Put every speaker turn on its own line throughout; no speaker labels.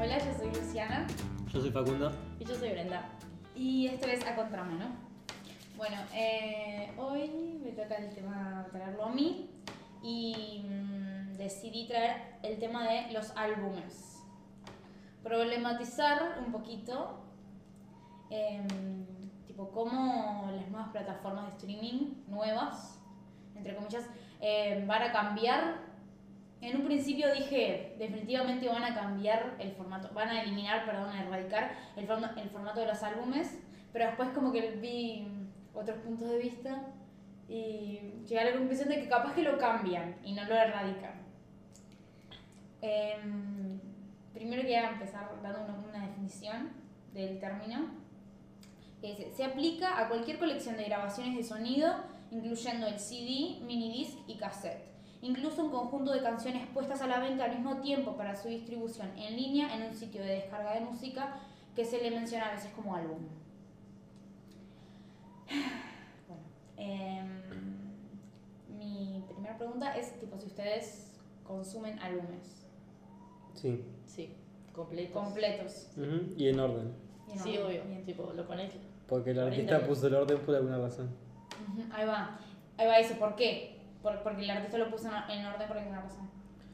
Hola, yo soy Luciana
Yo soy Facundo.
Y yo soy Brenda.
y esto es A Contramano. Bueno, eh, hoy me toca el tema traerlo a mí y mm, decidí traer el tema de los álbumes. Problematizar un poquito, em, tipo, cómo las nuevas plataformas de streaming, nuevas, entre comillas, em, van a cambiar en un principio dije, definitivamente van a cambiar el formato, van a eliminar, perdón, a erradicar el, forma- el formato de los álbumes, pero después como que vi otros puntos de vista y llegué a la conclusión de que capaz que lo cambian y no lo erradican. Em, primero voy a empezar dando una, una definición del término. que dice, se aplica a cualquier colección de grabaciones de sonido, incluyendo el CD, minidisc y cassette. Incluso un conjunto de canciones puestas a la venta al mismo tiempo para su distribución en línea en un sitio de descarga de música que se le menciona a veces como álbum. Bueno, em, mi primera pregunta es tipo si ustedes consumen álbumes
Sí.
Sí, completo.
completos.
Ujú, Y en orden.
Y no,
Sí, obvio.
bien.
Tipo, lo pones.
Porque el
Por
artista
internet.
puso el orden por alguna razón.
Ujú, Ahí va, ahí va eso. ¿Por qué? Por- porque el artista lo puso en en orden por alguna razón.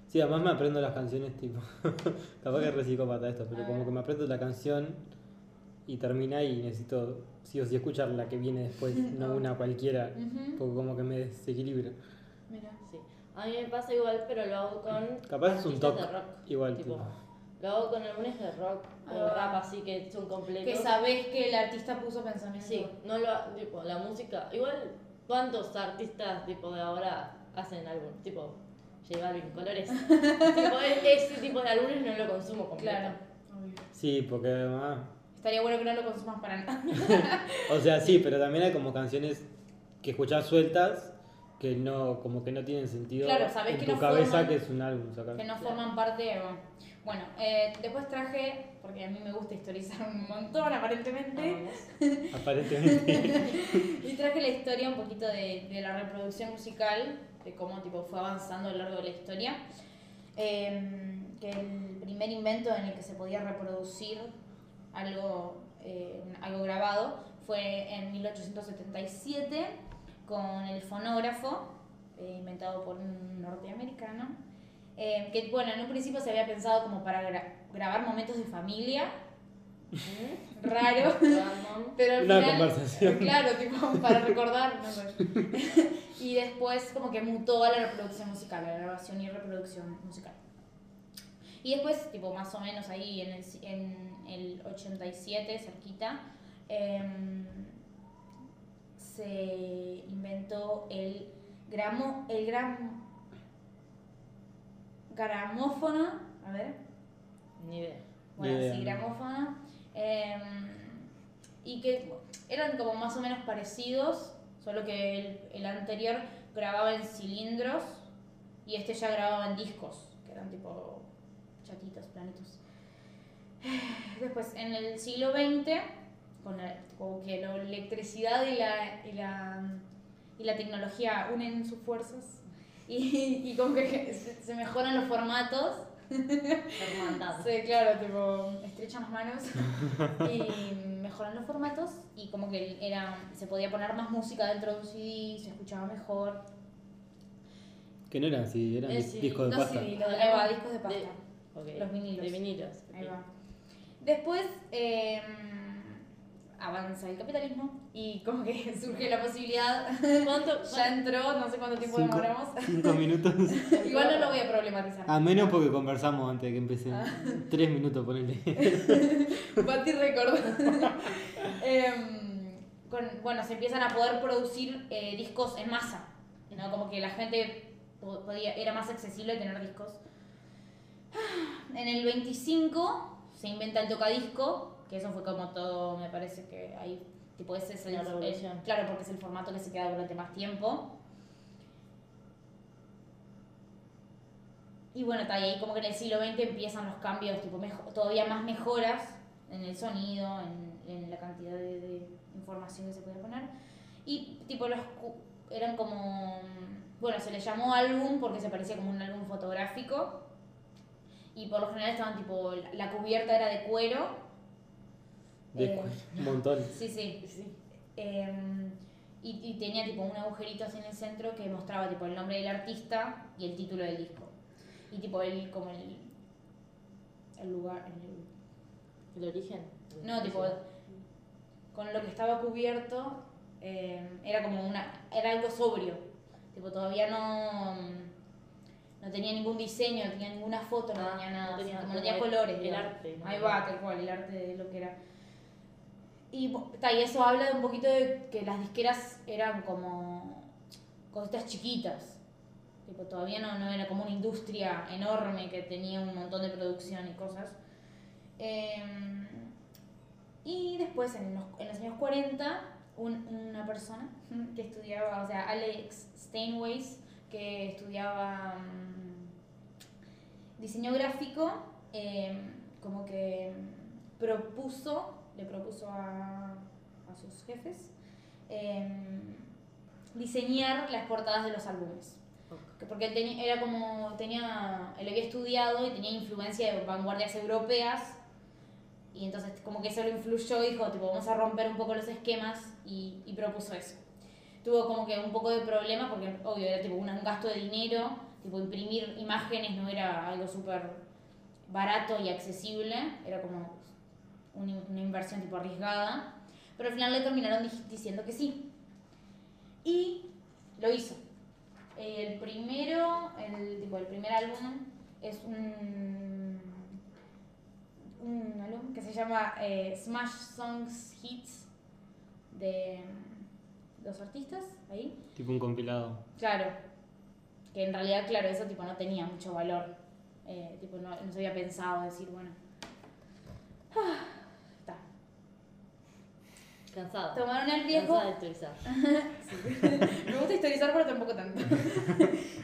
Sí, además me aprendo las canciones tipo. Capaz que es re psicópata esto,
A
pero
ver.
como que me aprendo la canción y termina y necesito sí o sí escuchar la que viene después, no
Ah.
una cualquiera.
Ujú,
Porque como que me desequilibra.
mira.
Sí. A mí me pasa igual, pero lo hago con.
Capaz es un
artistas
toque.
de rock.
Igual,
Tipo,
tipo.
Lo hago con álbumes de rock o
Ah.
rap, así que son completos.
Que sabés que el artista puso pensamiento.
Sí, no lo. ha- Tipo, la música. Igual, ¿cuántos artistas tipo de ahora hacen álbum? Tipo, J Balvin, colores. tipo, e- ese tipo de álbumes no lo consumo completo.
Claro. obvio.
Sí, porque además.
Estaría bueno que no lo consumas para nada.
O sea, sí, pero también hay como canciones que escuchás sueltas que no, como que no tienen sentido
Claro, sabés
en
que
tu
no
cabeza
forman-
que es un álbum sacar.
que no forman parte. Bueno, bueno eh, después traje, porque a mí me gusta historizar un montón
Ah,
aparentemente,
Vamos.
Aparentemente.
y traje la historia un poquito de, de la reproducción musical, de cómo tipo, fue avanzando a lo largo de la historia. Em, que el primer invento en el que se podía reproducir algo, eh, algo grabado fue en 1877 con el fonógrafo, eh, inventado por un norteamericano, eh, que bueno, en un principio se había pensado como para gra- grabar momentos de familia,
Mm.
raro,
Ramón.
pero al
Una
final,
conversación.
Claro, tipo, para recordar. no sé. y después como que mutó a la reproducción musical, a la grabación y reproducción musical. Y después, tipo, más o menos ahí en el, ci- en el 87, cerquita, em, se inventó el gramo, el gram, gramófono, a ver,
Ni idea.
bueno,
Bien.
sí, gramófona. eh, y que bueno, eran como más o menos parecidos, solo que el, el anterior grababa en cilindros y este ya grababa en discos, que eran tipo chatitos, planitos. Después, en el siglo XX, con la, como que la electricidad y la, y la, y la tecnología unen sus fuerzas y, y como que se- se mejoran los formatos
Hermandad.
Sí, claro, tipo, estrechan las manos y mejoran los formatos y como que era, se podía poner más música dentro de un CD, se escuchaba mejor.
que no eran así, eran
Eh,
dis-
sí,
discos de
no
pasta.
CD, lo de- ahí va, discos de pasta.
De- ok.
Los vinilos.
De vinilos.
Ahí
ok.
va. Después eh, avanza el capitalismo y como que surge la posibilidad,
¿Cuánto?
ya entró, no sé cuánto tiempo
Cinco.
demoramos,
Cinco minutos.
igual no lo voy a problematizar.
A menos porque conversamos antes de que empecemos. Tres minutos, ponele.
Bati recordó. Em, con- bueno, se empiezan a poder producir eh, discos en masa. ¿no? Como que la gente po- podía, era más accesible tener discos. En el 25 se inventa el tocadisco, que eso fue como todo, me parece que ahí, tipo, ese es el,
La
el-
revolución.
claro, porque es el formato que se queda durante más tiempo. Y bueno, está ahí como que en el siglo XX empiezan los cambios, tipo, mejo- todavía más mejoras en el sonido, en, en la cantidad de, de información que se podía poner. Y tipo, los cu- eran como. Bueno, se le llamó álbum porque se parecía como un álbum fotográfico. y por lo general estaban tipo, la- la cubierta era de cuero.
De
Eh,
cu- un montón.
Sí, sí.
Sí.
Em, y, y tenía tipo un agujerito así en el centro que mostraba tipo el nombre del artista y el título del disco. Y tipo el, como el, el lugar, el-
El origen.
No, tipo, con lo que estaba cubierto eh, era como una, era algo sobrio. Tipo, todavía no, mm, no tenía ningún diseño, no tenía ninguna foto, no
Ah,
tenía nada,
no
así,
tenía
como no
como
tenía
el-
colores.
el
digamos.
arte, ¿no?
Ahí va, tal cual, el arte de lo que era. Y, bo- ta, y eso habla de un poquito de que las disqueras eran como cositas chiquitas. Tipo, todavía no, no era como una industria enorme que tenía un montón de producción y cosas. Em, y después, en los, en los años 40, un- una persona que estudiaba, o sea, Alex Steinways, que estudiaba mm, diseño gráfico, em, como que mm, propuso, le propuso a, a sus jefes, em, diseñar las portadas de los álbumes. Que Porque él teni- era como, tenía, él había estudiado y tenía influencia de vanguardias europeas. Y entonces como que eso lo influyó, dijo, tipo, vamos a romper un poco los esquemas y, y propuso eso. Tuvo como que un poco de problemas porque, obvio, era tipo un un gasto de dinero, tipo imprimir imágenes no era algo súper barato y accesible, era como un- una inversión tipo arriesgada. Pero al final le terminaron dij- diciendo que sí. Y lo hizo. El primero, el, tipo, el primer álbum es un, un álbum que se llama eh, Smash Songs Hits de mm, los artistas ahí.
Tipo un compilado.
Claro. Que en realidad, claro, eso tipo no tenía mucho valor. Eh, tipo, no, no se había pensado decir, bueno. ah, está.
Cansada.
Tomaron el riesgo.
Cansada de actualizar.
Me gusta historizar, pero tampoco tanto.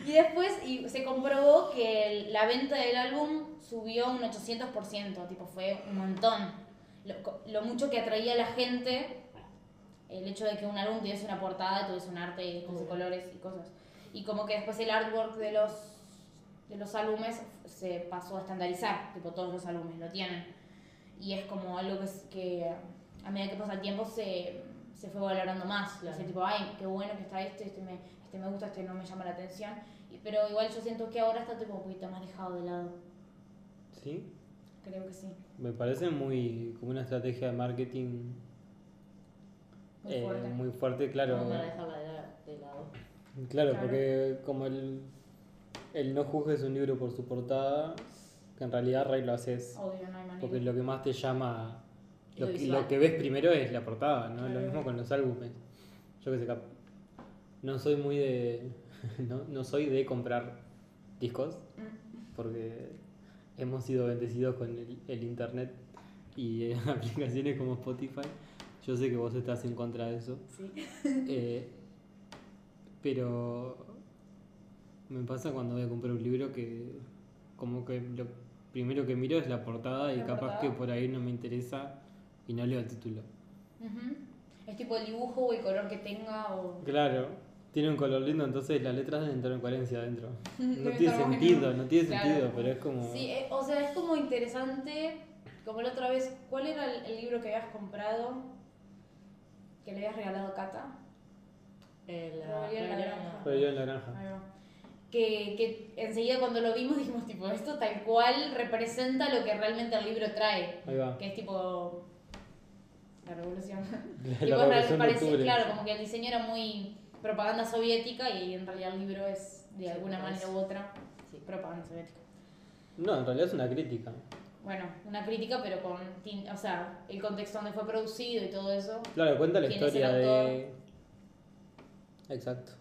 y después y se comprobó que el- la venta del álbum subió un 800%, tipo, fue un montón. Lo, co- lo mucho que atraía a la gente el hecho de que un álbum tuviese una portada, tuviese un arte con sus
Obvio.
colores y cosas. Y como que después el artwork de los, de los álbumes se pasó a estandarizar, tipo, todos los álbumes lo tienen. Y es como algo que, es- que a medida que pasa el tiempo se, se fue valorando más.
Claro.
O sea, tipo, ay, qué bueno que está este, este me, este me gusta, este no me llama la atención. Y- pero igual yo siento que ahora está tipo un poquito más dejado de lado.
¿Sí?
Creo que sí.
Me parece muy como una estrategia de marketing
Muy
eh,
fuerte.
muy fuerte, claro.
Como para dejarla de, la- de lado.
Claro,
Claro.
porque como el, el no juzgues un libro por su portada, que en realidad Ray lo haces.
Obvio, no hay manera.
Porque lo que más te llama,
Es
lo,
lo
que,
visual.
lo que ves primero es la portada, ¿no? Lo
Claro.
mismo con los álbumes. Yo que sé, cap- no soy muy de. No, no soy de comprar discos,
Mm.
porque hemos sido bendecidos con el, el internet y eh, aplicaciones como Spotify. Yo sé que vos estás en contra de eso.
Sí.
Eh, pero me pasa cuando voy a comprar un libro que como que lo primero que miro es la portada y
La
capaz
portada.
que por ahí no me interesa y no leo el título.
Ujú. Es tipo el dibujo o el color que tenga o...
Claro, tiene un color lindo, entonces las letras deben estar en coherencia adentro. No
Deben
tiene
estar buenas.
sentido, no tiene
Claro.
sentido, pero es como...
Sí, eh, o sea, es como interesante, como la otra vez, ¿cuál era el, el libro que habías comprado que le habías regalado a Cata?
Eh, la,
Rebelión en la
rebelión,
granja.
Pero yo en la granja.
Ahí va. Que, que enseguida cuando lo vimos dijimos, tipo, esto tal cual representa lo que realmente el libro trae,
Ahí va.
que es tipo la revolución.
La,
Tipo,
revolución de
parece-
octubre.
claro, como que el diseño era muy propaganda soviética y en realidad el libro es de
Sí,
alguna
parece.
manera u otra
Sí.
propaganda soviética.
No, en realidad es una crítica.
Bueno, una crítica, pero con, tin- o sea, el contexto donde fue producido y todo eso.
Claro, cuenta la
¿Quién es el
historia de... Exacto.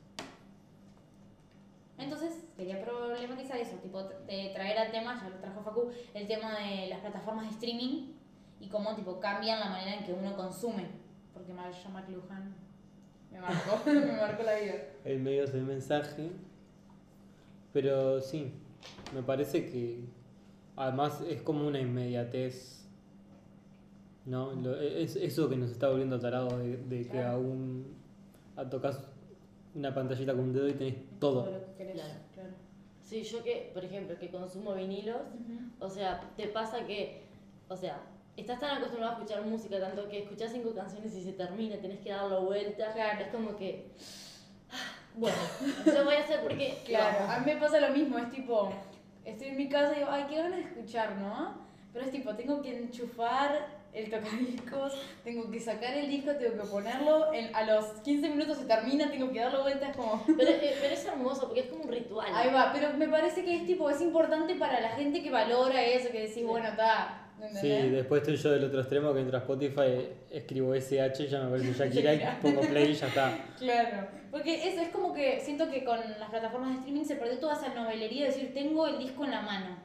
Entonces, quería problematizar eso, tipo, tra- de traer a tema, ya lo trajo Facu, el tema de las plataformas de streaming y cómo, tipo, cambian la manera en que uno consume. Porque me llama Luján me marcó, me marcó la vida.
en medio del mensaje. Pero sí, me parece que además es como una inmediatez. ¿No? Lo- e, es eso que nos está volviendo tarados de, de que
Claro.
aún tocas una pantallita con un dedo y tenés todo.
lo que querés,
Claro.
claro.
Sí, yo que, por ejemplo, que consumo vinilos,
Ujú.
o sea, te pasa que, o sea, estás tan acostumbrado a escuchar música, tanto que escuchás cinco canciones y se termina, tenés que darlo vuelta,
Claro.
es como que, ah, bueno, lo voy a hacer porque,
Claro, a mí me pasa lo mismo, es tipo, estoy en mi casa y digo, ay, qué ganas de escuchar, ¿no? Pero es tipo, tengo que enchufar el tocadiscos, tengo que sacar el disco, tengo que ponerlo, en- a los 15 minutos se termina, tengo que darlo vuelta, es como...
pero, eh, pero es hermoso porque es como un ritual.
Ahí va, pero me parece que es tipo, es importante para la gente que valora eso, que decís, bueno, está,
Sí, después estoy yo del otro extremo que entro a Spotify, escribo SH, ya me aparece Shakira y pongo play y ya está.
Claro, porque eso es como que siento que con las plataformas de streaming se perdió toda esa novelería de decir tengo el disco en la mano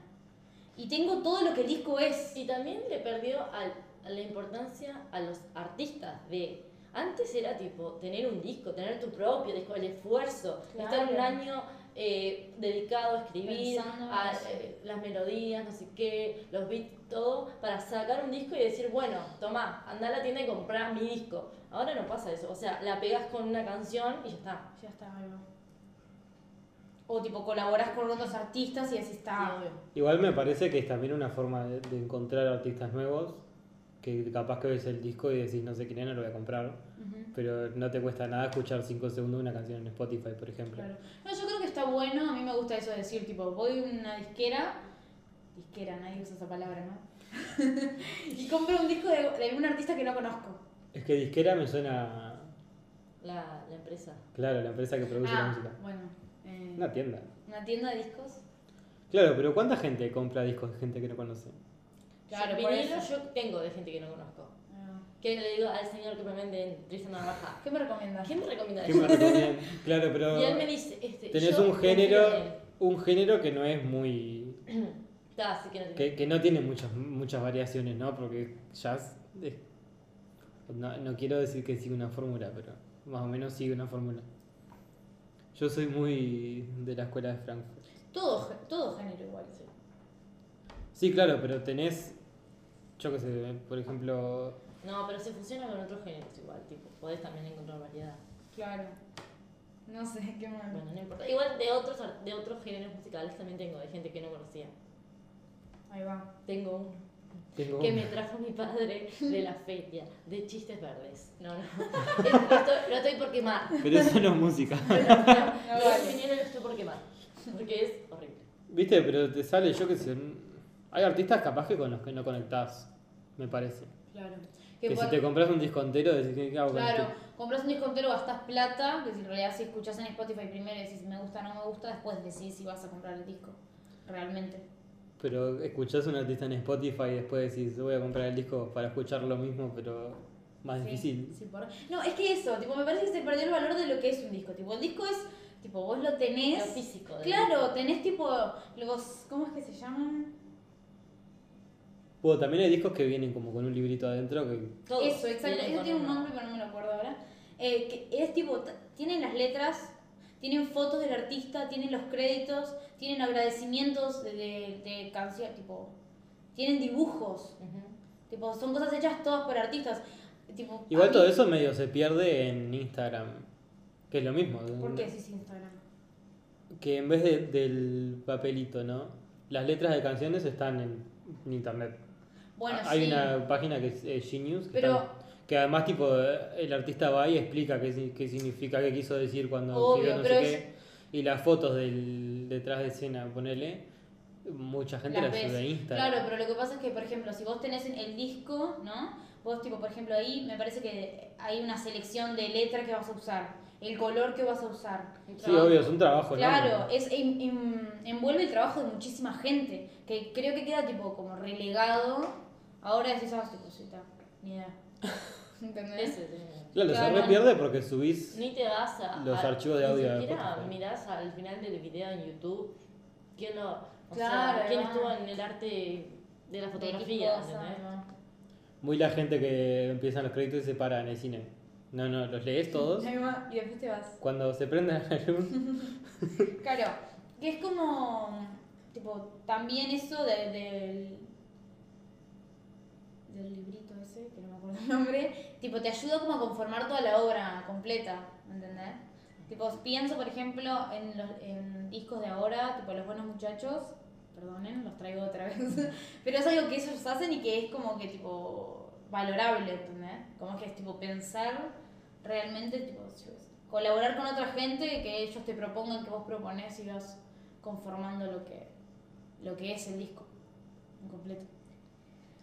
y tengo todo lo que el disco es.
Y también le perdió al- a la importancia a los artistas de... Antes era tipo tener un disco, tener tu propio disco, el esfuerzo,
Claro.
estar un año eh, dedicado a escribir,
Pensando en
a
eso.
eh, las melodías, no sé qué, los beats, todo, para sacar un disco y decir, bueno, toma, anda a la tienda y comprá mi disco. Ahora no pasa eso, o sea, la pegas con una canción y ya está.
Ya está, ahí va. O tipo colaborás con otros artistas y así está.
Sí, obvio.
Igual me parece que es también una forma de, de encontrar artistas nuevos, que capaz que ves el disco y decís, no sé quién es, no lo voy a comprar.
Ujú,
Pero no te cuesta nada escuchar 5 segundos de una canción en Spotify, por ejemplo.
claro. No, yo creo que está bueno, a mí me gusta eso de decir, tipo, voy a una disquera, disquera, nadie usa esa palabra, ¿no? y compro un disco de, de algún artista que no conozco.
Es que disquera me suena,
La, la empresa.
claro, la empresa que produce la
Ah,
música.
bueno. eh,
Una tienda.
Una tienda de discos.
Claro, pero ¿cuánta gente compra discos de gente que no conoce?
Claro, por
vinilo
eso.
yo tengo de gente que no conozco. Que le digo al señor que me vende Tristán Navaja.
¿Qué me recomiendas?
¿Quién me recomienda
¿Qué
eso?
me recomiendan? Claro, pero
Y él me dice, este,
tenés
yo
un
confío en
género,
él.
un género que no es muy
Está, así que no te-
que, que no tiene muchas muchas variaciones, ¿no? Porque jazz es- no, no quiero decir que sigue una fórmula, pero más o menos sigue una fórmula. Yo soy muy de la escuela de Frankfurt.
Todo, gé- todo género igual.
Sí.
Sí, claro, pero tenés yo qué sé, por ejemplo,
No, pero se funciona con otros géneros igual, tipo, podés también encontrar variedad.
Claro. No sé, qué mal.
Bueno, no importa. Igual de otros ar- de otros géneros musicales también tengo, de gente que no conocía.
Ahí va.
Tengo uno
tengo
que me trajo mi padre de la feria, de chistes verdes. No, no. Esto- esto lo estoy por quemar.
pero eso no es música.
No,
Lo
vale.
opinión lo estoy por quemar. Porque es horrible.
Viste, pero te sale, yo qué sé. Hay artistas capaz que con los que no conectás, me parece.
Claro.
Que,
Que por-
si te compras un disco entero, decís que hago con
claro,
este?
compras un disco entero, gastas plata, que si en realidad si escuchas en Spotify primero y decís me gusta o no me gusta, después decís si vas a comprar el disco. Realmente.
Pero escuchás a un artista en Spotify y después decís, voy a comprar el disco para escuchar lo mismo, pero más
Sí,
difícil.
sí, por- No, es que eso, tipo, me parece que se perdió el valor de lo que es un disco. Tipo, el disco es, tipo, vos lo
Lo
tenés.
físico. de-
Claro, tenés tipo los. ¿Cómo es que se llaman?
Bueno, también hay discos que vienen como con un librito adentro que.
Todo.
Eso, exacto.
Viene
Eso
con
tiene un
uno.
nombre, pero no me lo acuerdo ahora. Eh, que es tipo, t- tienen las letras, tienen fotos del artista, tienen los créditos, tienen agradecimientos de, de canción, tipo, tienen dibujos.
Ujú.
Tipo, son cosas hechas todas por artistas. Tipo,
Igual
a
todo
mí-
eso medio se pierde en Instagram. Que es lo mismo.
¿Por qué decís Instagram?
Que en vez de- del papelito, ¿no? Las letras de canciones están en- en internet.
Bueno,
Ah, Hay
sí.
una página que es eh, Genius, que,
Pero-
está- que además tipo eh, el artista va y explica qué, si- qué significa, qué quiso decir cuando
Obvio,
escribió no
pero
sé qué. Y las fotos del detrás de escena, ponele, mucha gente
Las
las, sube
ves.
a Instagram.
Claro, pero lo que pasa es que, por ejemplo, si vos tenés el disco, ¿no? Vos, tipo, por ejemplo, ahí me parece que hay una selección de letra que vas a usar, el color que vas a usar.
Sí, obvio, es un trabajo,
Claro,
enorme.
es, em- em- envuelve el trabajo de muchísima gente, que creo que queda, tipo, como relegado. Ahora decís, ah, tipo, sí, está, ni idea. ¿Entendés?
Ese tiene-
Claro,
claro.
se re pierde porque subís.
Ni te vas a.
Los
a-
archivos de audio de
Ni siquiera
Spotify.
mirás al final del video en YouTube quién lo. O
Claro,
sea, quién
ah.
estuvo en el arte de ah, la fotografía, ¿entendés?
Muy la gente que empiezan los créditos y se para en el cine. No, no, los lees todos.
Y después te vas.
Cuando se prende la luz.
Claro, que es como, tipo, también eso de- del, del librito ese, que no me acuerdo el nombre, tipo, te ayuda como a conformar toda la obra completa, ¿entendés? Tipo, pienso, por ejemplo, en los en discos de ahora, tipo Los Buenos Muchachos, perdonen, los traigo otra vez, pero es algo que ellos hacen y que es como que, tipo, valorable, ¿entendés? Como que es, tipo, pensar realmente, tipo, yo qué sé, colaborar con otra gente, que ellos te propongan, que vos proponés y vas conformando lo que, lo que es el disco en completo.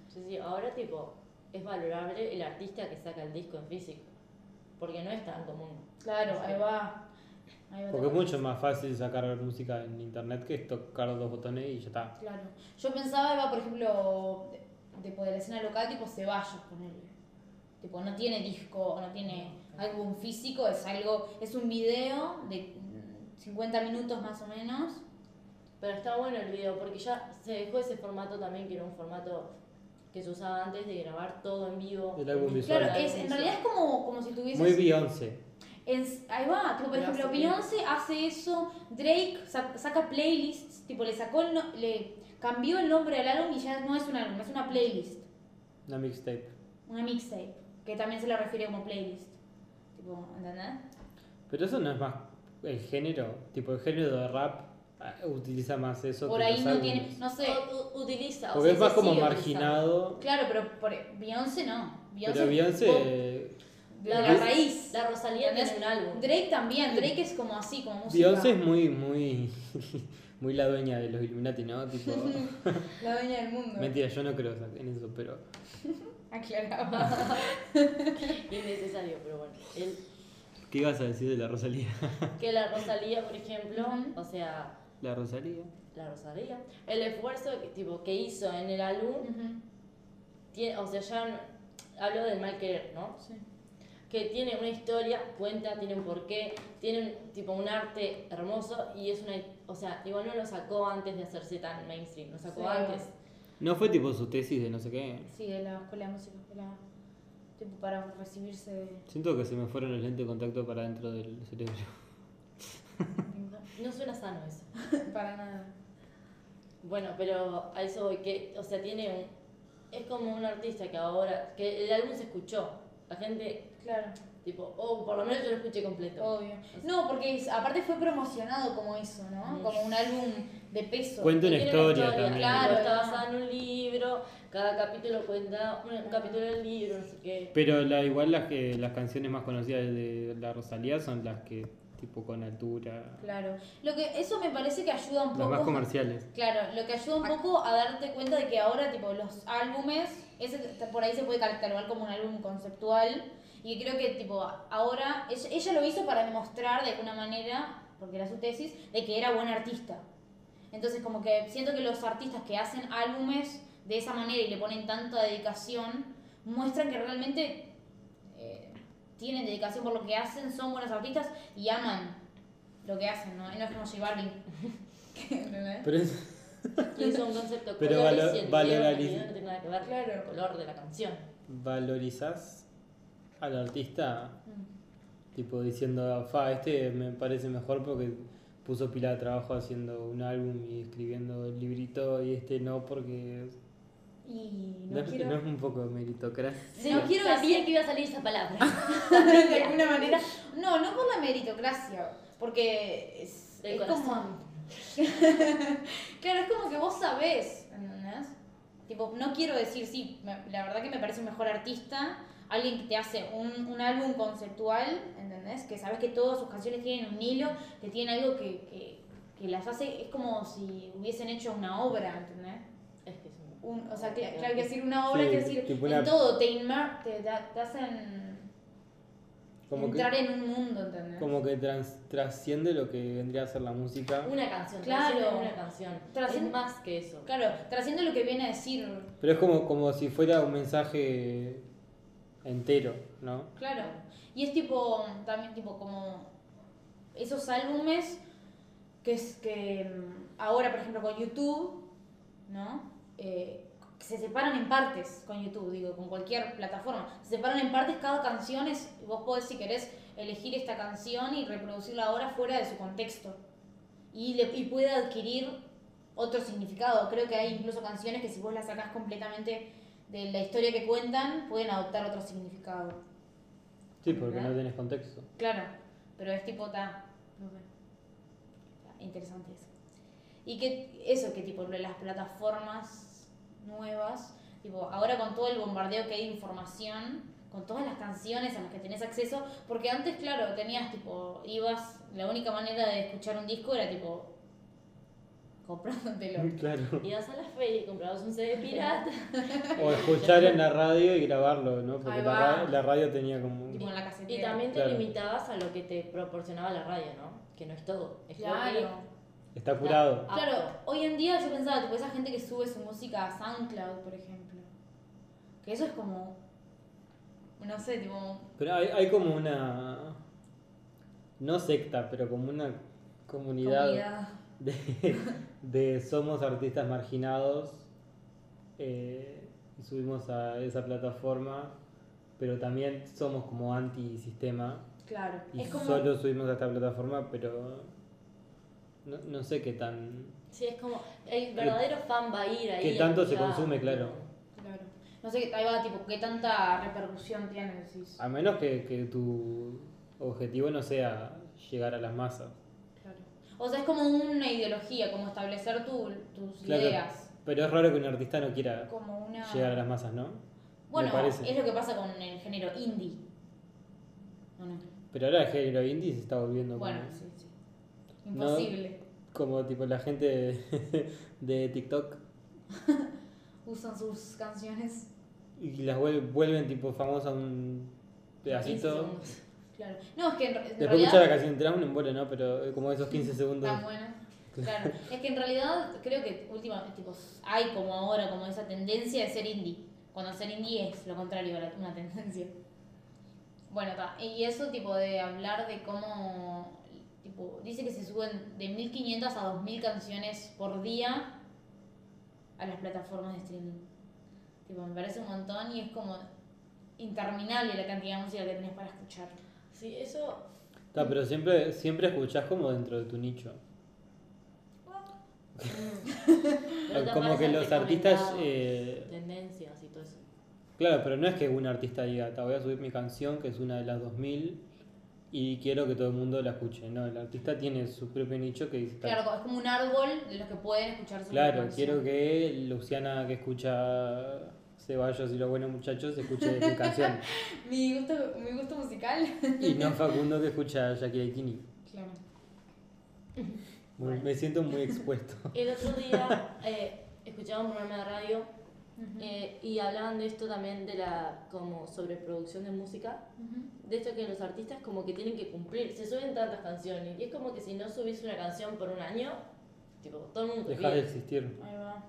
Sí, sí, ahora tipo es valorable el artista que saca el disco en físico, porque no es tan común.
Claro, ahí va. Ahí va
Porque es
todo.
mucho más fácil sacar música en internet que es tocar dos botones y ya está.
Claro. Yo pensaba, Eva, por ejemplo, de, tipo, de la escena local, tipo Ceballos, ponerle. Tipo, no tiene disco, no tiene álbum físico, es algo, es un video de mm, 50 minutos más o menos.
Pero está bueno el video porque ya se dejó ese formato también que era un formato que se usaba antes de grabar todo en vivo.
El álbum
Y
visual.
Claro,
el
es,
álbum
en realidad
visual.
es como, como si tuvieses...
Muy Beyoncé.
en- ahí va, tipo, por
Pero
ejemplo,
hace tiempo.
Beyoncé hace eso, Drake sa- saca playlists, tipo, le sacó el no- le cambió el nombre del álbum y ya no es un álbum, es una playlist.
Una mixtape.
Una mixtape, que también se la refiere como playlist. Tipo, ¿entendés?
Pero eso no es más el género. Tipo, el género de rap ah, utiliza más eso
por
que
ahí
los
no
álbumes.
tiene, no sé.
O- u- utiliza. o
Porque
sea,
es
se
más como
sigue
marginado.
Claro, pero por, Beyoncé no. Beyoncé
Pero
es pop,
Beyoncé.
de la
Drake-
raíz.
utilizando. La Rosalía tiene un álbum.
Drake también, Drake es como así, como música.
Beyoncé es muy, muy. muy la dueña de los Illuminati, ¿no? Tipo.
La dueña del mundo.
mentira, yo no creo en eso, pero.
Aclaraba.
Innecesario, pero bueno. El-
¿Qué ibas a decir de la Rosalía?
que la Rosalía, por ejemplo,
Ujú.
o sea,
La Rosalía.
la Rosalía, el esfuerzo que, tipo, que hizo en el álbum,
Ujú,
tiene, o sea, ya no- hablo del mal querer, ¿no?
sí.
que tiene una historia, cuenta, tiene un porqué, tiene un, tipo un arte hermoso y es una, o sea, igual no lo sacó antes de hacerse tan mainstream, lo sacó
Sí.
antes.
No fue tipo su tesis de no sé qué.
Sí, de la escuela de música. de la- tipo, para recibirse de.
Siento que se me fueron los lentes de contacto para dentro del cerebro.
No suena sano eso.
para nada.
Bueno, pero a eso voy, que, o sea, tiene un, es como un artista que ahora, que el álbum se escuchó, la gente,
Claro.
tipo, oh, por lo menos yo lo escuché completo.
Obvio. No, porque es- aparte fue promocionado como eso, ¿no?
Mm.
Como un álbum de peso.
Cuenta una
Y tiene
historia también.
Claro,
Claro.
está basada en un libro, cada capítulo cuenta un, un capítulo del libro, no sé qué.
Pero la, igual las que las canciones más conocidas de la Rosalía son las que tipo con altura.
Claro. Lo que eso me parece que ayuda un
Las más
poco.
comerciales.
Claro, lo que ayuda un poco a darte cuenta de que ahora tipo los álbumes, ese t- por ahí se puede catalogar como un álbum conceptual y creo que tipo ahora ella, ella lo hizo para demostrar de alguna manera, porque era su tesis, de que era buena artista. Entonces como que siento que los artistas que hacen álbumes de esa manera y le ponen tanta dedicación, muestran que realmente eh, tienen dedicación por lo que hacen, son buenos artistas y aman lo que hacen, ¿no? Y no es como J Balvin. ¿Entendés?
Pero es-
Hizo un concepto
Pero
color
valo-
y el
valoraliz-
video no tiene nada que ver
Claro.
con el color de la canción.
valorizás al artista
Mm.
tipo diciendo, fa, este me parece mejor porque puso pila de trabajo haciendo un álbum y escribiendo el librito y este no porque
Y
no,
no,
es-
quiero,
no es un poco meritocracia.
Sí, no quiero
Sabía
decir
que iba a salir esa palabra.
de alguna manera. No, no por la meritocracia, porque es,
Del
es como.
corazón.
Claro, es como que vos sabés, ¿entendés? Tipo, no quiero decir, sí, me- la verdad que me parece un mejor artista, alguien que te hace un, un álbum conceptual, ¿entendés? Que sabes que todas sus canciones tienen un hilo, que tienen algo que, que, que las hace, es como si hubiesen hecho una obra, ¿entendés?
Es que es un-
Un- o sea, cl- claro que decir una obra,
Sí,
quiere decir
tipo
en
una-
todo, te, inmer- te, da- te hacen
Como que,
entrar en un mundo, ¿entendés?
como que trans- trasciende lo que vendría a ser la música.
Una canción,
Claro.
trasciende una canción.
Trasciende-
Es más que eso.
Claro, trasciende lo que viene a decir,
Pero es como, como si fuera un mensaje entero, ¿no?
claro. Y es tipo, también tipo como esos álbumes que es que mm, ahora, por ejemplo, con YouTube, ¿no? Eh, se separan en partes con YouTube, digo, con cualquier plataforma. Se separan en partes cada canción, es, vos podés, si querés, elegir esta canción y reproducirla ahora fuera de su contexto. y, le- y puede adquirir otro significado. Creo que hay incluso canciones que si vos las sacás completamente de la historia que cuentan, pueden adoptar otro significado.
Sí, porque
Ajá.
no tenés contexto.
Claro. Pero es tipo, ta, no sé. Ta, Interesante eso. Y que eso, que tipo, las plataformas nuevas, tipo, ahora con todo el bombardeo que hay de información, con todas las canciones a las que tenés acceso, porque antes, claro, tenías tipo, ibas, la única manera de escuchar un disco era tipo, comprándotelo.
Claro.
Ibas a la feria y comprabas un CD pirata.
O escuchar en la radio y grabarlo, ¿no? Porque
Ahí
la,
va.
ra- la radio tenía como...
Tipo en la
Y
casetera.
también te
Claro.
limitabas a lo que te proporcionaba la radio, ¿no? Que no es todo. Es lo que-
Claro.
Está curado.
Ah.
Claro,
Apto.
hoy en día yo pensaba, tipo, esa gente que sube su música a SoundCloud, por ejemplo. Que eso es como. No sé, tipo.
Pero hay, hay como una... No secta, pero como una comunidad,
Comunidad.
De, de somos artistas marginados. eh, y subimos a esa plataforma, pero también somos como antisistema.
Claro.
Y
es como.
solo subimos a esta plataforma, pero no, no sé qué tan...
Sí, es como el verdadero fan va a ir ahí.
que tanto
a
se
escuchar.
consume, claro.
Claro. No sé, ahí va, tipo, qué tanta repercusión tiene, decís.
A menos que, que tu objetivo no sea llegar a las masas.
Claro. O sea, es como una ideología, como establecer tu, tus
Claro,
ideas.
Pero es raro que un artista no quiera
Como una.
llegar a las masas, ¿no?
bueno,
me parece.
es lo que pasa con el género indie. ¿O no?
Pero ahora el género indie se está volviendo como,
Bueno, sí, sí.
No.
Imposible.
como tipo la gente de, de TikTok
Usan sus canciones.
y las vuel- vuelven tipo famosa un
15
pedacito.
segundos.
Claro. No, es que en, re- en
Después escuchar la
realidad
canción entera, un embole, ¿no? Pero eh, como esos 15 segundos.
tan buena. Claro. Es que en realidad creo que últimamente tipo, hay como ahora como esa tendencia de ser indie. Cuando ser indie es lo contrario a la- una tendencia. Bueno, ta. y eso tipo de hablar de cómo tipo dice que se suben de 1500 a 2000 canciones por día a las plataformas de streaming. Tipo, me parece un montón y es como interminable la cantidad de música que tenés para escuchar.
Sí, eso.
Ta, pero siempre, siempre escuchás como dentro de tu nicho.
mm. Pero te
como que
aparecen
los artistas...
recomendados,
eh,
Tendencias y todo eso.
Claro, pero no es que un artista diga, "Ta, voy a subir mi canción, que es una de las 2000, y quiero que todo el mundo la escuche. No, el artista tiene su propio nicho que dice, "Ta,
Claro, es como un árbol de los que pueden escuchar su
claro,
canción.
quiero que Luciana que escucha Ceballos y los buenos muchachos escuche mi canción.
Mi gusto, mi gusto musical.
Y no Facundo que escucha Shakira y Kini.
Claro.
Muy-
Bueno.
Me siento muy expuesto.
El otro día eh, escuchaba un programa de radio eh, y hablaban de esto también de la como sobreproducción de música. De esto que los artistas como que tienen que cumplir, se suben tantas canciones y es como que si no subís una canción por un año, tipo, todo el mundo te
Dejas de
olvida.
existir.
Ahí va.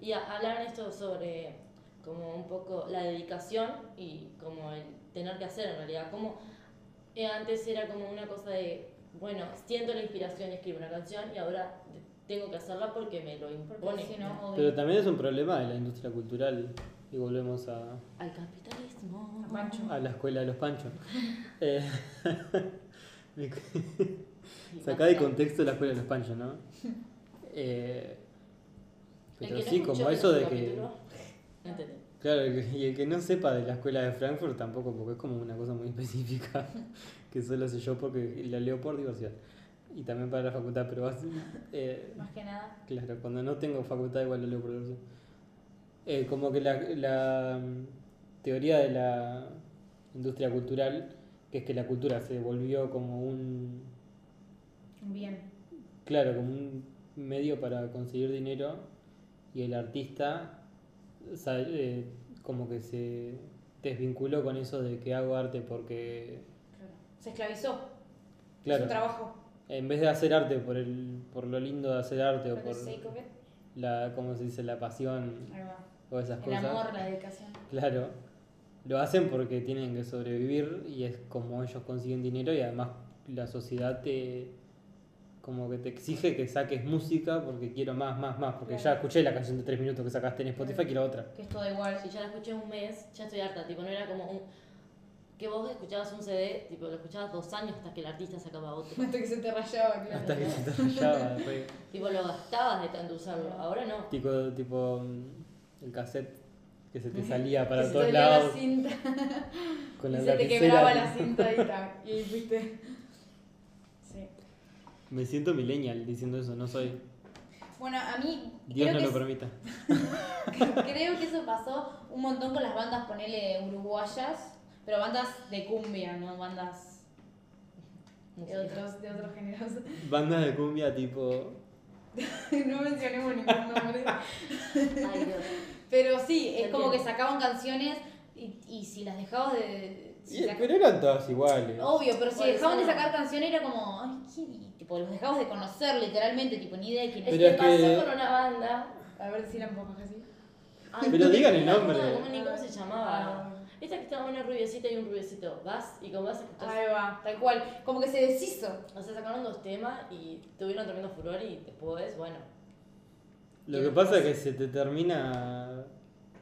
Y a- hablaban esto sobre como un poco la dedicación y como el tener que hacer en realidad. Como eh, antes era como una cosa de, bueno, siento la inspiración, escribo una canción y ahora tengo que hacerla porque me lo
Porque
impone.
si no,
Pero
obvio.
también es un problema de la industria cultural. Y volvemos a,
Al capitalismo.
A Pancho.
a la escuela de los panchos. Eh, mi cu-
Y
Sacá de
basta.
contexto la escuela de los panchos, ¿no? Eh,
El
pero
que no
sí,
escuchó
como
el
eso de
capítulo,
que.
no entendí.
Claro, el que- y el que no sepa de la escuela de Frankfurt tampoco, porque es como una cosa muy específica que solo sé yo porque la leo por diversión. Y también para la facultad, pero así. eh,
Más que nada.
claro, cuando no tengo facultad, igual la leo por diversión. Eh, como que la, la mm, teoría de la industria cultural, que es que la cultura se volvió como un
Bien.
Claro, como un medio para conseguir dinero y el artista sa- eh, como que se desvinculó con eso de que hago arte porque,
Claro. Se esclavizó. Es
claro,
un trabajo.
en vez de hacer arte por el por lo lindo de hacer arte o
For the
por
sake of it.
la, ¿cómo se dice? La pasión
Ahí va.
o esas
El
cosas,
amor, la dedicación.
claro, lo hacen porque tienen que sobrevivir y es como ellos consiguen dinero y además la sociedad te como que te exige que saques música porque quiero más, más, más, porque ya
Claro.
escuché la canción de tres minutos que sacaste en Spotify,
Claro.
quiero otra.
Que es todo igual.
Si ya la escuché un mes, ya estoy harta. Tipo, no era como un. Que vos escuchabas un CD, tipo, lo escuchabas dos años hasta que el artista sacaba otro.
Hasta que se te rayaba, claro.
Hasta que se te rayaba, re.
tipo, lo gastabas de tanto usarlo. Ahora no.
tipo, tipo mm, el cassette que se te salía para
se
todos
te
lados
la cinta.
con la
y se te
lapicera.
quebraba la cinta y, ta, y ahí fuiste. Sí.
Me siento millennial diciendo eso, no soy.
Bueno, a mí
Dios no
creo,
lo
que,
permita.
creo que eso pasó un montón con las bandas, ponele, uruguayas, pero bandas de cumbia, no bandas de
Música.
otros, de otros géneros.
Bandas de cumbia tipo.
no mencionemos ningún nombre.
Ay, Dios.
Pero sí, es
Ya
como que
entiendo.
sacaban canciones y, y si las dejabas de... si
Y-
saca-
pero eran todas iguales.
Obvio, pero si
Por eso
dejaban de
no.
sacar canciones era como, ay, ¿quién? Y, tipo, los dejabas de conocer literalmente, tipo, ni idea de quién
Es
es.
Pero
que
es
pasó
que-
con una banda.
A ver si la empujas así.
Ay,
Pero
no,
digan el
la puta,
nombre.
¿cómo ni ¿Cómo se
Ah.
llamaba? Esta que estaba una rubiecita y un rubiecito. Vas y como vas escuchás.
Ah, Ahí va, tal cual. Como que se deshizo.
O sea, sacaron dos temas y tuvieron tremendo furor y después, bueno.
Lo que pasa es que se te termina.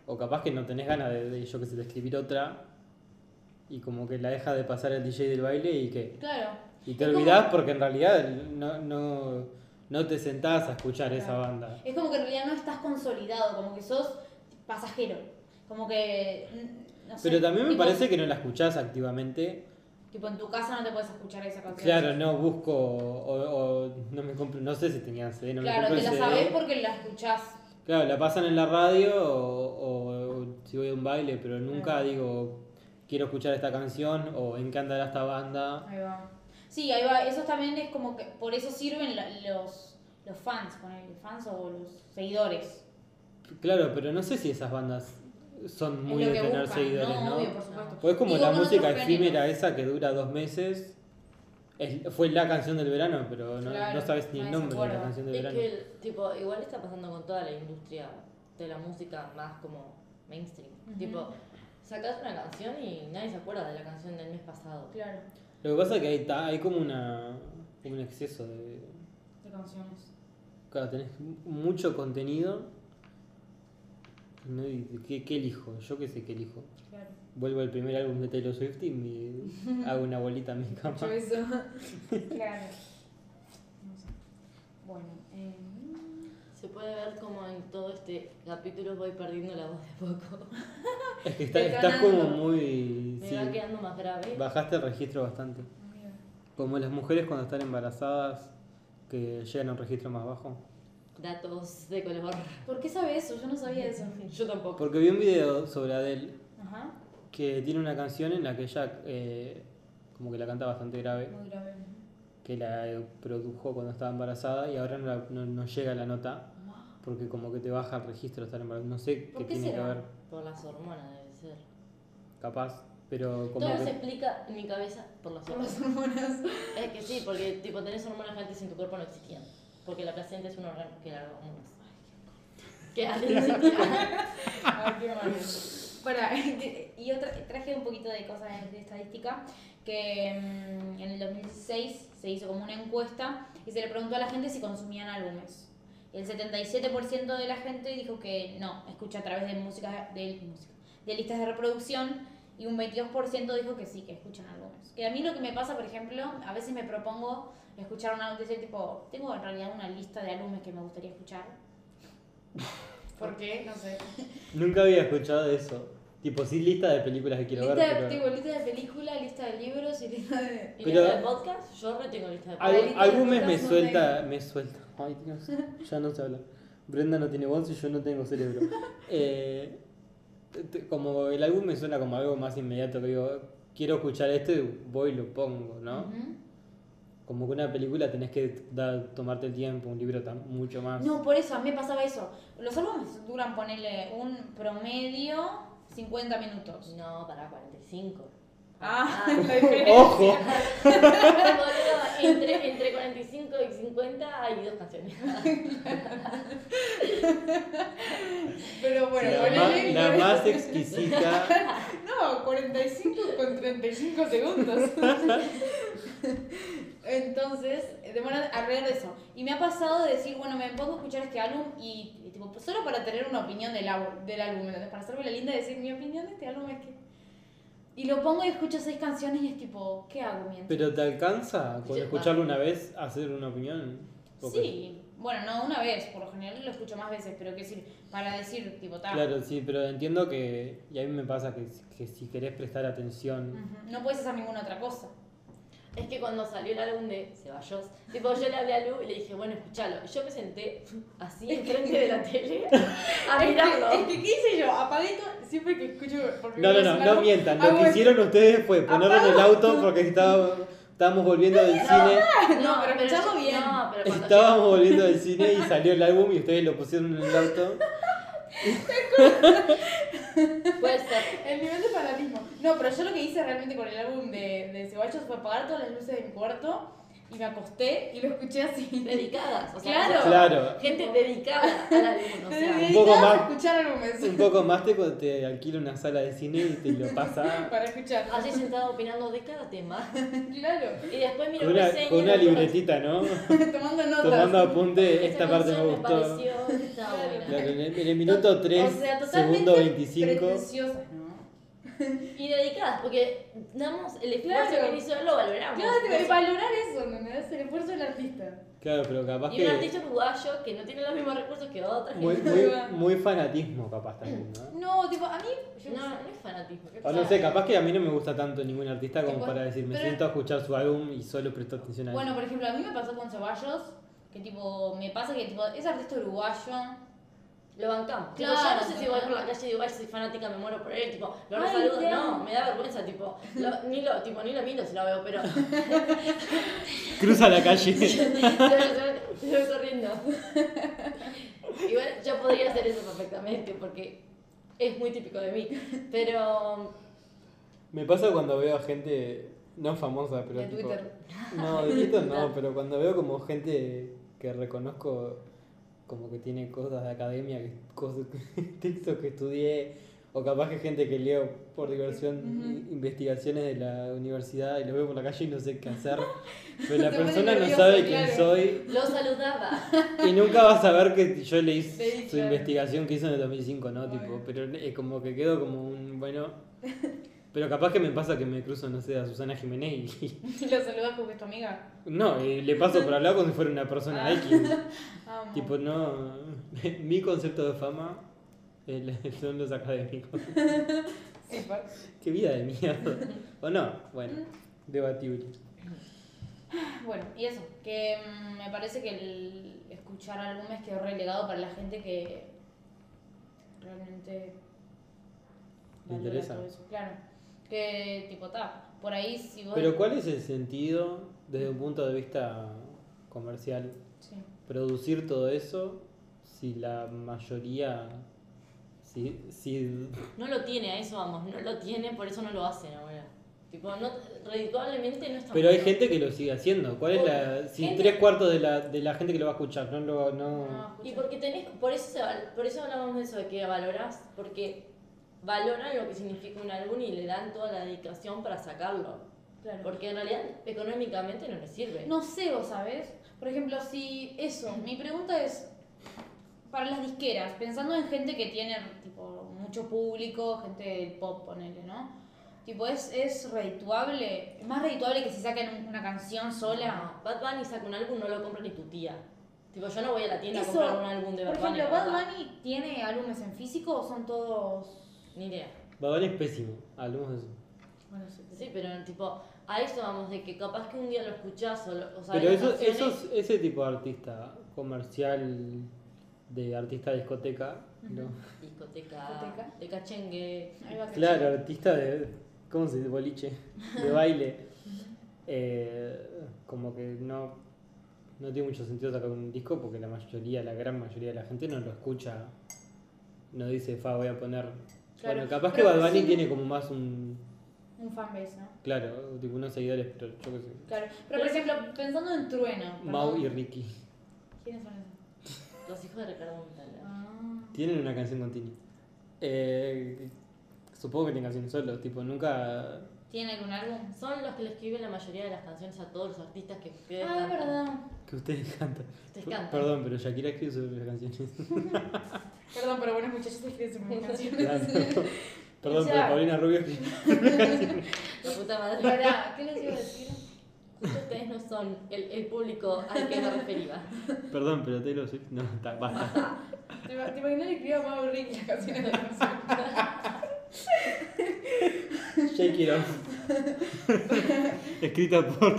O capaz que no tenés ganas de, de, yo que sé, de escribir otra. Y como que la deja de pasar el DJ del baile y que.
Claro.
Y te
Es como-
olvidás porque en realidad no, no, no te sentás a escuchar esa
Claro.
banda.
Es como que en realidad no estás consolidado, como que sos pasajero. Como que. mm, No sé,
Pero también me
tipo-
parece que no la escuchás activamente.
Tipo, en tu casa no te puedes escuchar esa canción.
Claro, no busco o, o no me compro, no sé si tenían CD, no
Claro,
me
te
compro
la
el
sabés
CD.
porque la escuchás.
Claro, la pasan en la radio o, o si voy a un baile, pero nunca digo quiero escuchar esta canción o en qué andará esta banda.
Ahí va. Sí, ahí va. Eso también es como que. Por eso sirven la- los, los fans, ponele, fans o los seguidores.
Claro, pero no sé si esas bandas son muy
es
de
lo que
tener
buscan.
seguidores,
no,
¿no?
obvio, por supuesto.
O es como
Digo,
la
con otros
música
géneros.
efímera esa que dura dos meses. Es- fue la canción del verano, pero no,
Claro,
no sabes ni el
nadie se
nombre de la
acuerda.
canción del
Es
verano.
que, el- tipo, igual está pasando con toda la industria de la música más como mainstream.
Ujú.
Tipo, sacas una canción y nadie se acuerda de la canción del mes pasado.
Claro,
Lo que pasa es que hay, ta- hay como una como un exceso de...
de canciones.
Claro, tenés mu- mucho contenido. ¿no? Y ¿Qué, qué elijo? Yo qué sé qué elijo.
Claro.
Vuelvo al primer álbum de Taylor Swift y me hago una bolita en mi cama.
Mucho eso. claro. No sé. Bueno, eh.
Se puede ver como en todo este capítulo voy perdiendo la voz de a poco.
Es que está-
Te
estás
ganando.
como muy...
Me
sí,
va quedando más grave.
bajaste el registro bastante. Como las mujeres cuando están embarazadas que llegan a un registro más bajo.
Datos de color.
¿Por qué sabe eso? Yo no sabía eso.
Yo tampoco.
Porque vi un video sobre Adele
Ajá.
que tiene una canción en la que ella eh, como que la canta bastante grave.
Muy grave.
que la eh, produjo cuando estaba embarazada y ahora no, la- no- no llega la nota porque como que te baja el registro estar embarazada. No sé
¿Por
qué,
qué
tiene que
será?
ver,
Por las hormonas debe ser.
capaz, pero como
Todo se
que...
explica en mi cabeza por las
Por
hormonas.
las hormonas.
Es que sí, porque tipo tenés hormonas que antes en tu cuerpo no existían. Porque la placenta es un órgano que larga hormonas. Que antes no existía.
Ay, qué mal. Bueno, y otra, traje un poquito de cosas de estadística, que mm, en el 2016 se hizo como una encuesta y se le preguntó a la gente si consumían álbumes. Y el 77% de la gente dijo que no, escucha a través de música de, música, de listas de reproducción y un 22% dijo que sí, que escuchan álbumes. Que a mí lo que me pasa, por ejemplo, a veces me propongo escuchar un álbum de ese tipo, tengo en realidad una lista de álbumes que me gustaría escuchar. ¿Por qué? No sé.
Nunca había escuchado eso. Tipo, sí, lista de películas que quiero
Lista,
ver,
de-
pero...
tipo, lista de película, lista de libros y lista de...
Y
Pero-
lista de podcast, yo re tengo lista de
Al-
podcast.
Ay, lista de
álbumes me
películas no
suelta, me suelta. Ay, Dios, ya no se habla. Brenda no tiene voz y yo no tengo cerebro. Eh, te- te- como el álbum me suena como algo más inmediato, que digo, quiero escuchar esto y voy y lo pongo, ¿no?
Ujú.
Como que una película tenés que dar, tomarte el tiempo, un libro tam- mucho más.
No, por eso, a mí me pasaba eso. Los álbumes duran, ponerle un promedio 50 minutos.
No, para 45.
Ah,
Ah,
la diferencia.
¡Ojo!
boludo, entre, entre 45 y 50 hay dos canciones.
Pero bueno,
la, ma-
ponele...
la más exquisita.
No, 45 con 35 segundos. Entonces, eh, demora alrededor de eso. Y me ha pasado de decir, bueno, me pongo a escuchar este álbum y, y tipo, solo para tener una opinión del, au- del álbum, ¿entendés? Para hacerme la linda y decir, mi opinión de este álbum es que... Y lo pongo y escucho seis canciones y es tipo, ¿qué hago mientras?
Pero te alcanza con
Sí,
escucharlo una vez, hacer una opinión. Porque-
Sí, bueno, no una vez, por lo general lo escucho más veces, pero que decir, para decir, tipo, tal.
Claro, sí, pero entiendo que. Y a mí me pasa que, que si querés prestar atención.
No puedes hacer ninguna otra cosa.
Es que cuando salió el álbum de Ceballos, tipo yo le hablé a Lu y le dije, bueno, escuchalo. Y yo me senté así enfrente de la tele a mirarlo.
Es que, ¿qué hice yo? Apagué todo. Siempre que escucho por
No, no,
primera vez un
no, no
álbum,
mientan.
hago
Lo que
esto.
hicieron ustedes fue ponerlo en el
Apago.
auto porque estaba- estábamos volviendo del cine.
No, pero escuchamos
yo-
bien.
No, pero cuando
Estábamos volviendo del cine y salió el álbum y ustedes lo pusieron en el auto.
yo- puede ser.
El nivel de fanatismo. No, pero yo lo que hice realmente con el álbum de, de Ceballos fue apagar todas las luces de mi cuarto y me acosté y lo escuché así.
Dedicadas, o sea,
Claro.
Claro.
gente dedicada al álbum, o
Me
sea.
dedicaba
poco
a
más-
escuchar álbumes
Un poco más te, te alquila una sala de cine y te lo pasa
para escuchar.
Allí sentado opinando de cada tema.
Claro,
Y después miro
con una,
reseñas,
con una
después-
libretita, ¿no?
tomando notas.
Tomando apunte,
Esta
esta parte me
canción
gustó.
pareció que estaba
Claro.
buena.
Claro, en el, en el minuto 3,
o sea, totalmente
segundo 25.
Pretenciosas, ¿no?
Y dedicadas, porque damos el esfuerzo
Claro.
que hizo, lo valoramos.
Claro, y
Entonces,
valorar eso, ¿no? Es el esfuerzo del artista.
Claro, pero capaz
y un
que.
artista uruguayo que no tiene los mismos recursos que otros.
Muy,
que...
muy, muy fanatismo, capaz también, ¿no?
No, tipo, a mí. Yo
No, no es fanatismo.
O no sé, capaz que a mí no me gusta tanto ningún artista como
Tipo,
para decir, me
pero-
siento a escuchar su álbum y solo presto atención a él.
Bueno, por ejemplo, a mí me pasó con Ceballos, que tipo, me pasa que tipo, es artista uruguayo.
Lo bancamos. Tipo,
Claro,
yo no sé si voy por la calle y digo, ay, soy fanática, me muero por él. Tipo, lo
Ay,
resaludo.
te
No,
amo.
me da vergüenza. Tipo, lo- ni, lo, tipo, ni lo miro si lo veo, pero.
Cruza la calle.
Se voy corriendo. Igual yo podría hacer eso perfectamente porque es muy típico de mí. Pero.
Me pasa cuando veo a gente no famosa, pero
De
tipo-
Twitter.
No, de Twitter no, pero cuando veo como gente que reconozco como que tiene cosas de academia, que- cosas, textos que estudié, o capaz que gente que leo por diversión
Ujú.
investigaciones de la universidad y los veo por la calle y no sé qué hacer. Pero la
Se pone
persona no
nervioso,
sabe quién
claro.
soy
Lo saludaba.
y nunca va a saber que yo leí
Leí,
su
claro.
investigación que hizo en el 2005, ¿no?
Obvio.
Tipo, pero es como que quedo como un bueno. Pero capaz que me pasa que me cruzo, no sé, a Susana Jiménez y.
Y lo saludas como que es tu amiga.
No, y le paso por hablar como si fuera una persona
Ah.
X.
Amo.
Tipo, no. Mi concepto de fama es- son los académicos.
Sí, pa-
Qué vida de mierda. ¿O no? Bueno, debatible.
Bueno, y eso, que mm, me parece que el escuchar álbumes quedó relegado para la gente que realmente
Le
valora
interesa.
todo eso. Claro, que tipo ta, por ahí si vos...
Pero, ¿cuál es el sentido desde un punto de vista comercial?
Sí.
producir todo eso si la mayoría si, si
No lo tiene, a eso vamos. No lo tiene, por eso no lo hacen ahora. Tipo, no, radicalmente no está
pero hay
bueno.
gente que lo sigue haciendo cuál es la si
Gente-
tres cuartos de la, de la gente que lo va a escuchar no lo
No,
no
Y
escucha.
porque tenés, por eso, se val- por eso hablamos de eso, de que valorás, porque valoran lo que significa un álbum y le dan toda la dedicación para sacarlo.
Claro.
Porque en realidad económicamente no les sirve.
No sé, vos sabés. Por ejemplo, si eso, mi pregunta es, para las disqueras, pensando en gente que tiene tipo mucho público, gente del pop, ponele, ¿no? Tipo, ¿es, es redituable? ¿Es más redituable que si sacan un- una canción sola?
No, Bad Bunny saca un álbum, no lo compra ni tu tía. Tipo, yo no voy a la tienda
Eso,
a comprar un álbum de
Por
Bad Bunny.
ejemplo,
la
¿Bad
verdad.
Bunny tiene álbumes en físico o son todos...?
Ni idea.
Badón es pésimo hablemos de eso
Bueno, sí, pero-
Sí, pero tipo, a eso vamos, de que capaz que un día lo escuchás o, lo, o sea,
pero
hay
eso,
canciones-
esos- ese tipo de artista comercial de artista de discoteca ¿no?
Discoteca,
Discoteca.
de cachengue.
Ahí va,
Claro, artista de. ¿Cómo se dice? Boliche. De baile. Eh, como que no. No tiene mucho sentido sacar un disco porque la mayoría, la gran mayoría de la gente no lo escucha. No dice, fa, voy a poner.
Claro,
bueno, capaz que
pero
Bad Bunny
sí.
tiene como más un.
Un fanbase, ¿no?
Claro, tipo unos seguidores, pero yo qué sé.
Claro. Pero, por ejemplo, pensando en Trueno...
Mau
perdón.
y Ricky.
¿Quiénes son esos?
Los hijos de Ricardo Montalbán.
Ah.
Tienen una canción con Tini. Eh, supongo que tienen canciones solos, tipo, nunca.
¿Tienen algún álbum?
Son los que le escriben la mayoría de las canciones a todos los artistas que ustedes
Ah, es
cantan.
verdad.
Que ustedes cantan.
Ustedes cantan.
Perdón, pero Shakira escribe sobre las canciones.
Perdón, pero buenos muchachos escriben sus mismas canciones.
Claro. Perdón,
Ya.
pero Paulina Rubio escribió.
La puta madre.
Pará, ¿qué les iba a decir?
Justo ustedes no son el, el público al que me refería.
Perdón, pero Taylor Swift. No, está, basta.
¿Te, ima- te imaginas que escriba Mau Rick las canciones de la canción?
Shake it off. Escrita por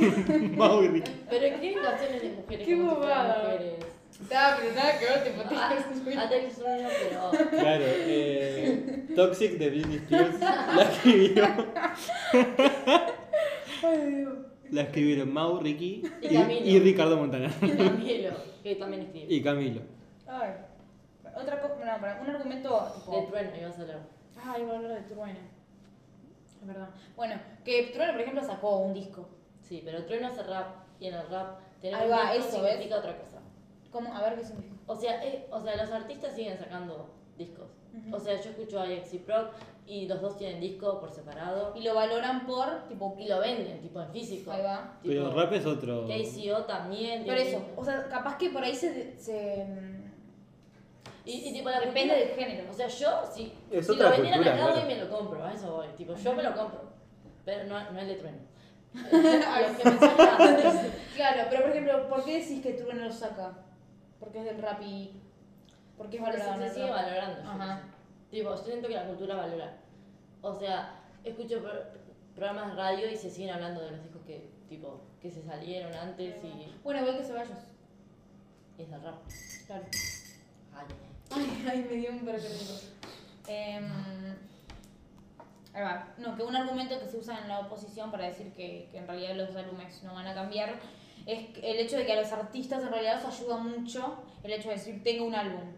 Mauri.
Pero ¿qué canciones de mujeres?
Qué
como si fueran
bobada.
mujeres?
Está, pero nada que ver, tipo, te
Ah, Ataque sueño, pero...
Claro, eh, Toxic de Britney Spears la escribió. La escribieron Mau, Ricky
Y
y,
Camilo.
y Ricardo Montana.
Y Camilo, que también escribe.
Y Camilo.
Ay, otra cosa, no, para un argumento tipo.
De trueno, ibas a hablar.
Ay, voy a hablar de Trueno. Es verdad. Bueno, que Trueno, por ejemplo, sacó un disco.
Sí, pero trueno hace rap y en el rap tener
Ahí
un
va,
disco
eso, ¿ves?
significa otra cosa.
¿Cómo? A ver qué significa.
O sea, eh, o sea, los artistas siguen sacando discos.
Ujú.
O sea, yo escucho a Alexi Proc y los dos tienen disco por separado
Y lo valoran por, tipo,
y lo venden, tipo en físico.
Ahí va.
Tipo,
Pero rap es otro.
KCO E también.
Por
tiene
eso,
disco.
o sea, capaz que por ahí se. se mm,
Y, y tipo, la
depende
cultura-
del género.
O sea, yo, si,
Es
si
otra
lo vendieran
cultura,
acá,
claro.
hoy me lo compro, a eso voy. Tipo, yo me lo compro, pero no, no el de trueno.
Ay.
Los que me sacan-
Claro, pero por ejemplo, ¿por qué decís que Trueno lo saca? Porque es del rap y. Porque es
Pero
valorado. en
se,
el
se sigue
rap.
valorando. yo
Ajá.
qué sé. Tipo, yo siento que la cultura valora. O sea, escucho pro- programas de radio y se siguen hablando de los discos que, tipo, que se salieron antes y,
Bueno, igual que Ceballos.
y es el rap.
Claro.
Ay,
Ay, ay, me dio un perrito. Em, ahí va. No, que un argumento que se usa en la oposición para decir que, que en realidad los álbumes no van a cambiar es que- el hecho de que a los artistas en realidad los ayuda mucho el hecho de decir tengo un álbum.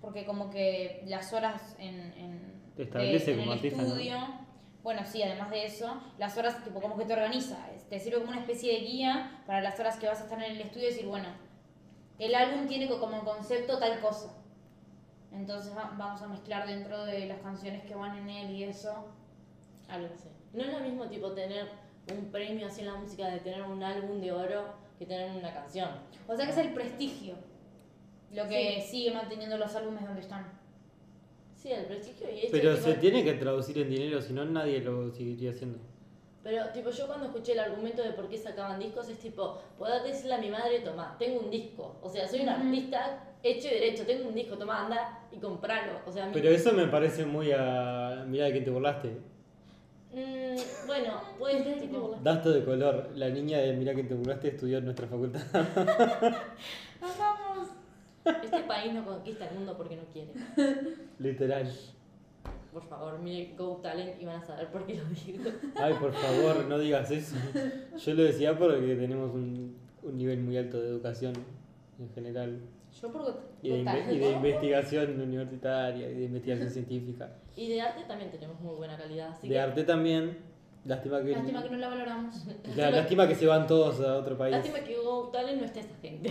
Porque como que las horas en, en,
Te establece
de- en
como
el
artista, ¿no?
estudio, bueno, sí, además de eso, las horas tipo como que te organiza, es- te sirve como una especie de guía para las horas que vas a estar en el estudio y decir, bueno, el álbum tiene co- como concepto tal cosa. Entonces va- vamos a mezclar dentro de las canciones que van en él y eso. Algo
sí. No es lo mismo, tipo, tener un premio así en la música de tener un álbum de oro que tener una canción.
O sea que es el prestigio lo que sigue manteniendo los álbumes donde están.
Sí, el prestigio y eso.
Pero
este tipo,
se tiene que traducir en dinero, si no nadie lo seguiría haciendo.
Pero, tipo, yo cuando escuché el argumento de por qué sacaban discos es tipo, poder decirle a mi madre, tomá, tengo un disco. O sea, soy un
Ujú.
artista hecho y derecho, tengo un disco, tomá, anda y compralo. O sea, a mí-
Pero eso me parece muy a. Mira de quién te burlaste.
Mm, bueno, puede ser tipo...
Dato de color, la niña de Mira que te burlaste estudió en nuestra facultad.
vamos!
Este país no conquista el mundo porque no quiere.
Literal.
Por favor, mire Go Talent y van a saber por qué lo digo.
Ay, por favor, no digas eso. Yo lo decía porque tenemos un, un nivel muy alto de educación en general.
Yo por
Y de, inve- y de investigación universitaria, y de investigación científica.
Y de arte también tenemos muy buena calidad, así
De
que...
arte también. Lástima que.
Lástima que no la valoramos.
Claro, lástima que se van todos a otro país.
Lástima que Go Talent no esté esa gente.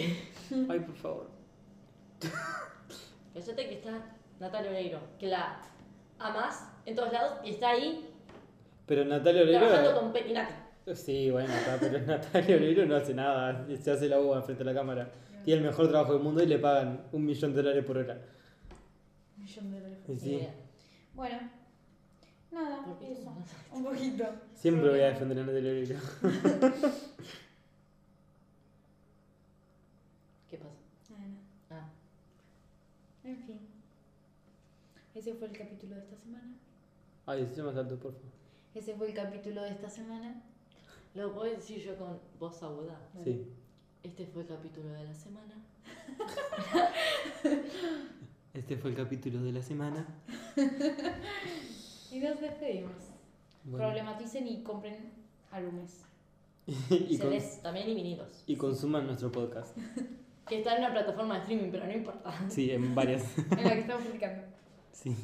Ay, por favor.
Cállate que está Natalia Oreiro, que la amás en todos lados y está ahí
Pero eh, Natalia
trabajando
Oreiro.
con Petinati.
Sí, bueno, está, pero Natalia Oreiro no hace nada. Se hace la uva frente a la cámara. Tiene el mejor trabajo del mundo y le pagan un millón de dólares por hora.
Un millón de dólares.
Y Sí,
Mira.
Bueno, nada,
¿Por qué
eso.
estamos
Un poquito.
siempre voy a defender a Natalia Oreiro.
¿Qué pasa?
Nada, nada.
Ah,
En fin. Ese fue el capítulo de esta semana.
Ay, sí, más alto, por favor.
Ese fue el capítulo de esta semana.
lo puedo decir yo con voz aguda.
Sí.
Este fue el capítulo de la semana.
Este fue el capítulo de la semana.
Y nos despedimos.
Bueno,
Problematicen y compren álbumes.
y,
Se
con-
les- también y vinilos.
y consuman nuestro podcast.
Que está en una plataforma de streaming, pero no importa.
Sí, en varias.
En la que estamos publicando.
Sí.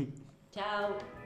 Chao.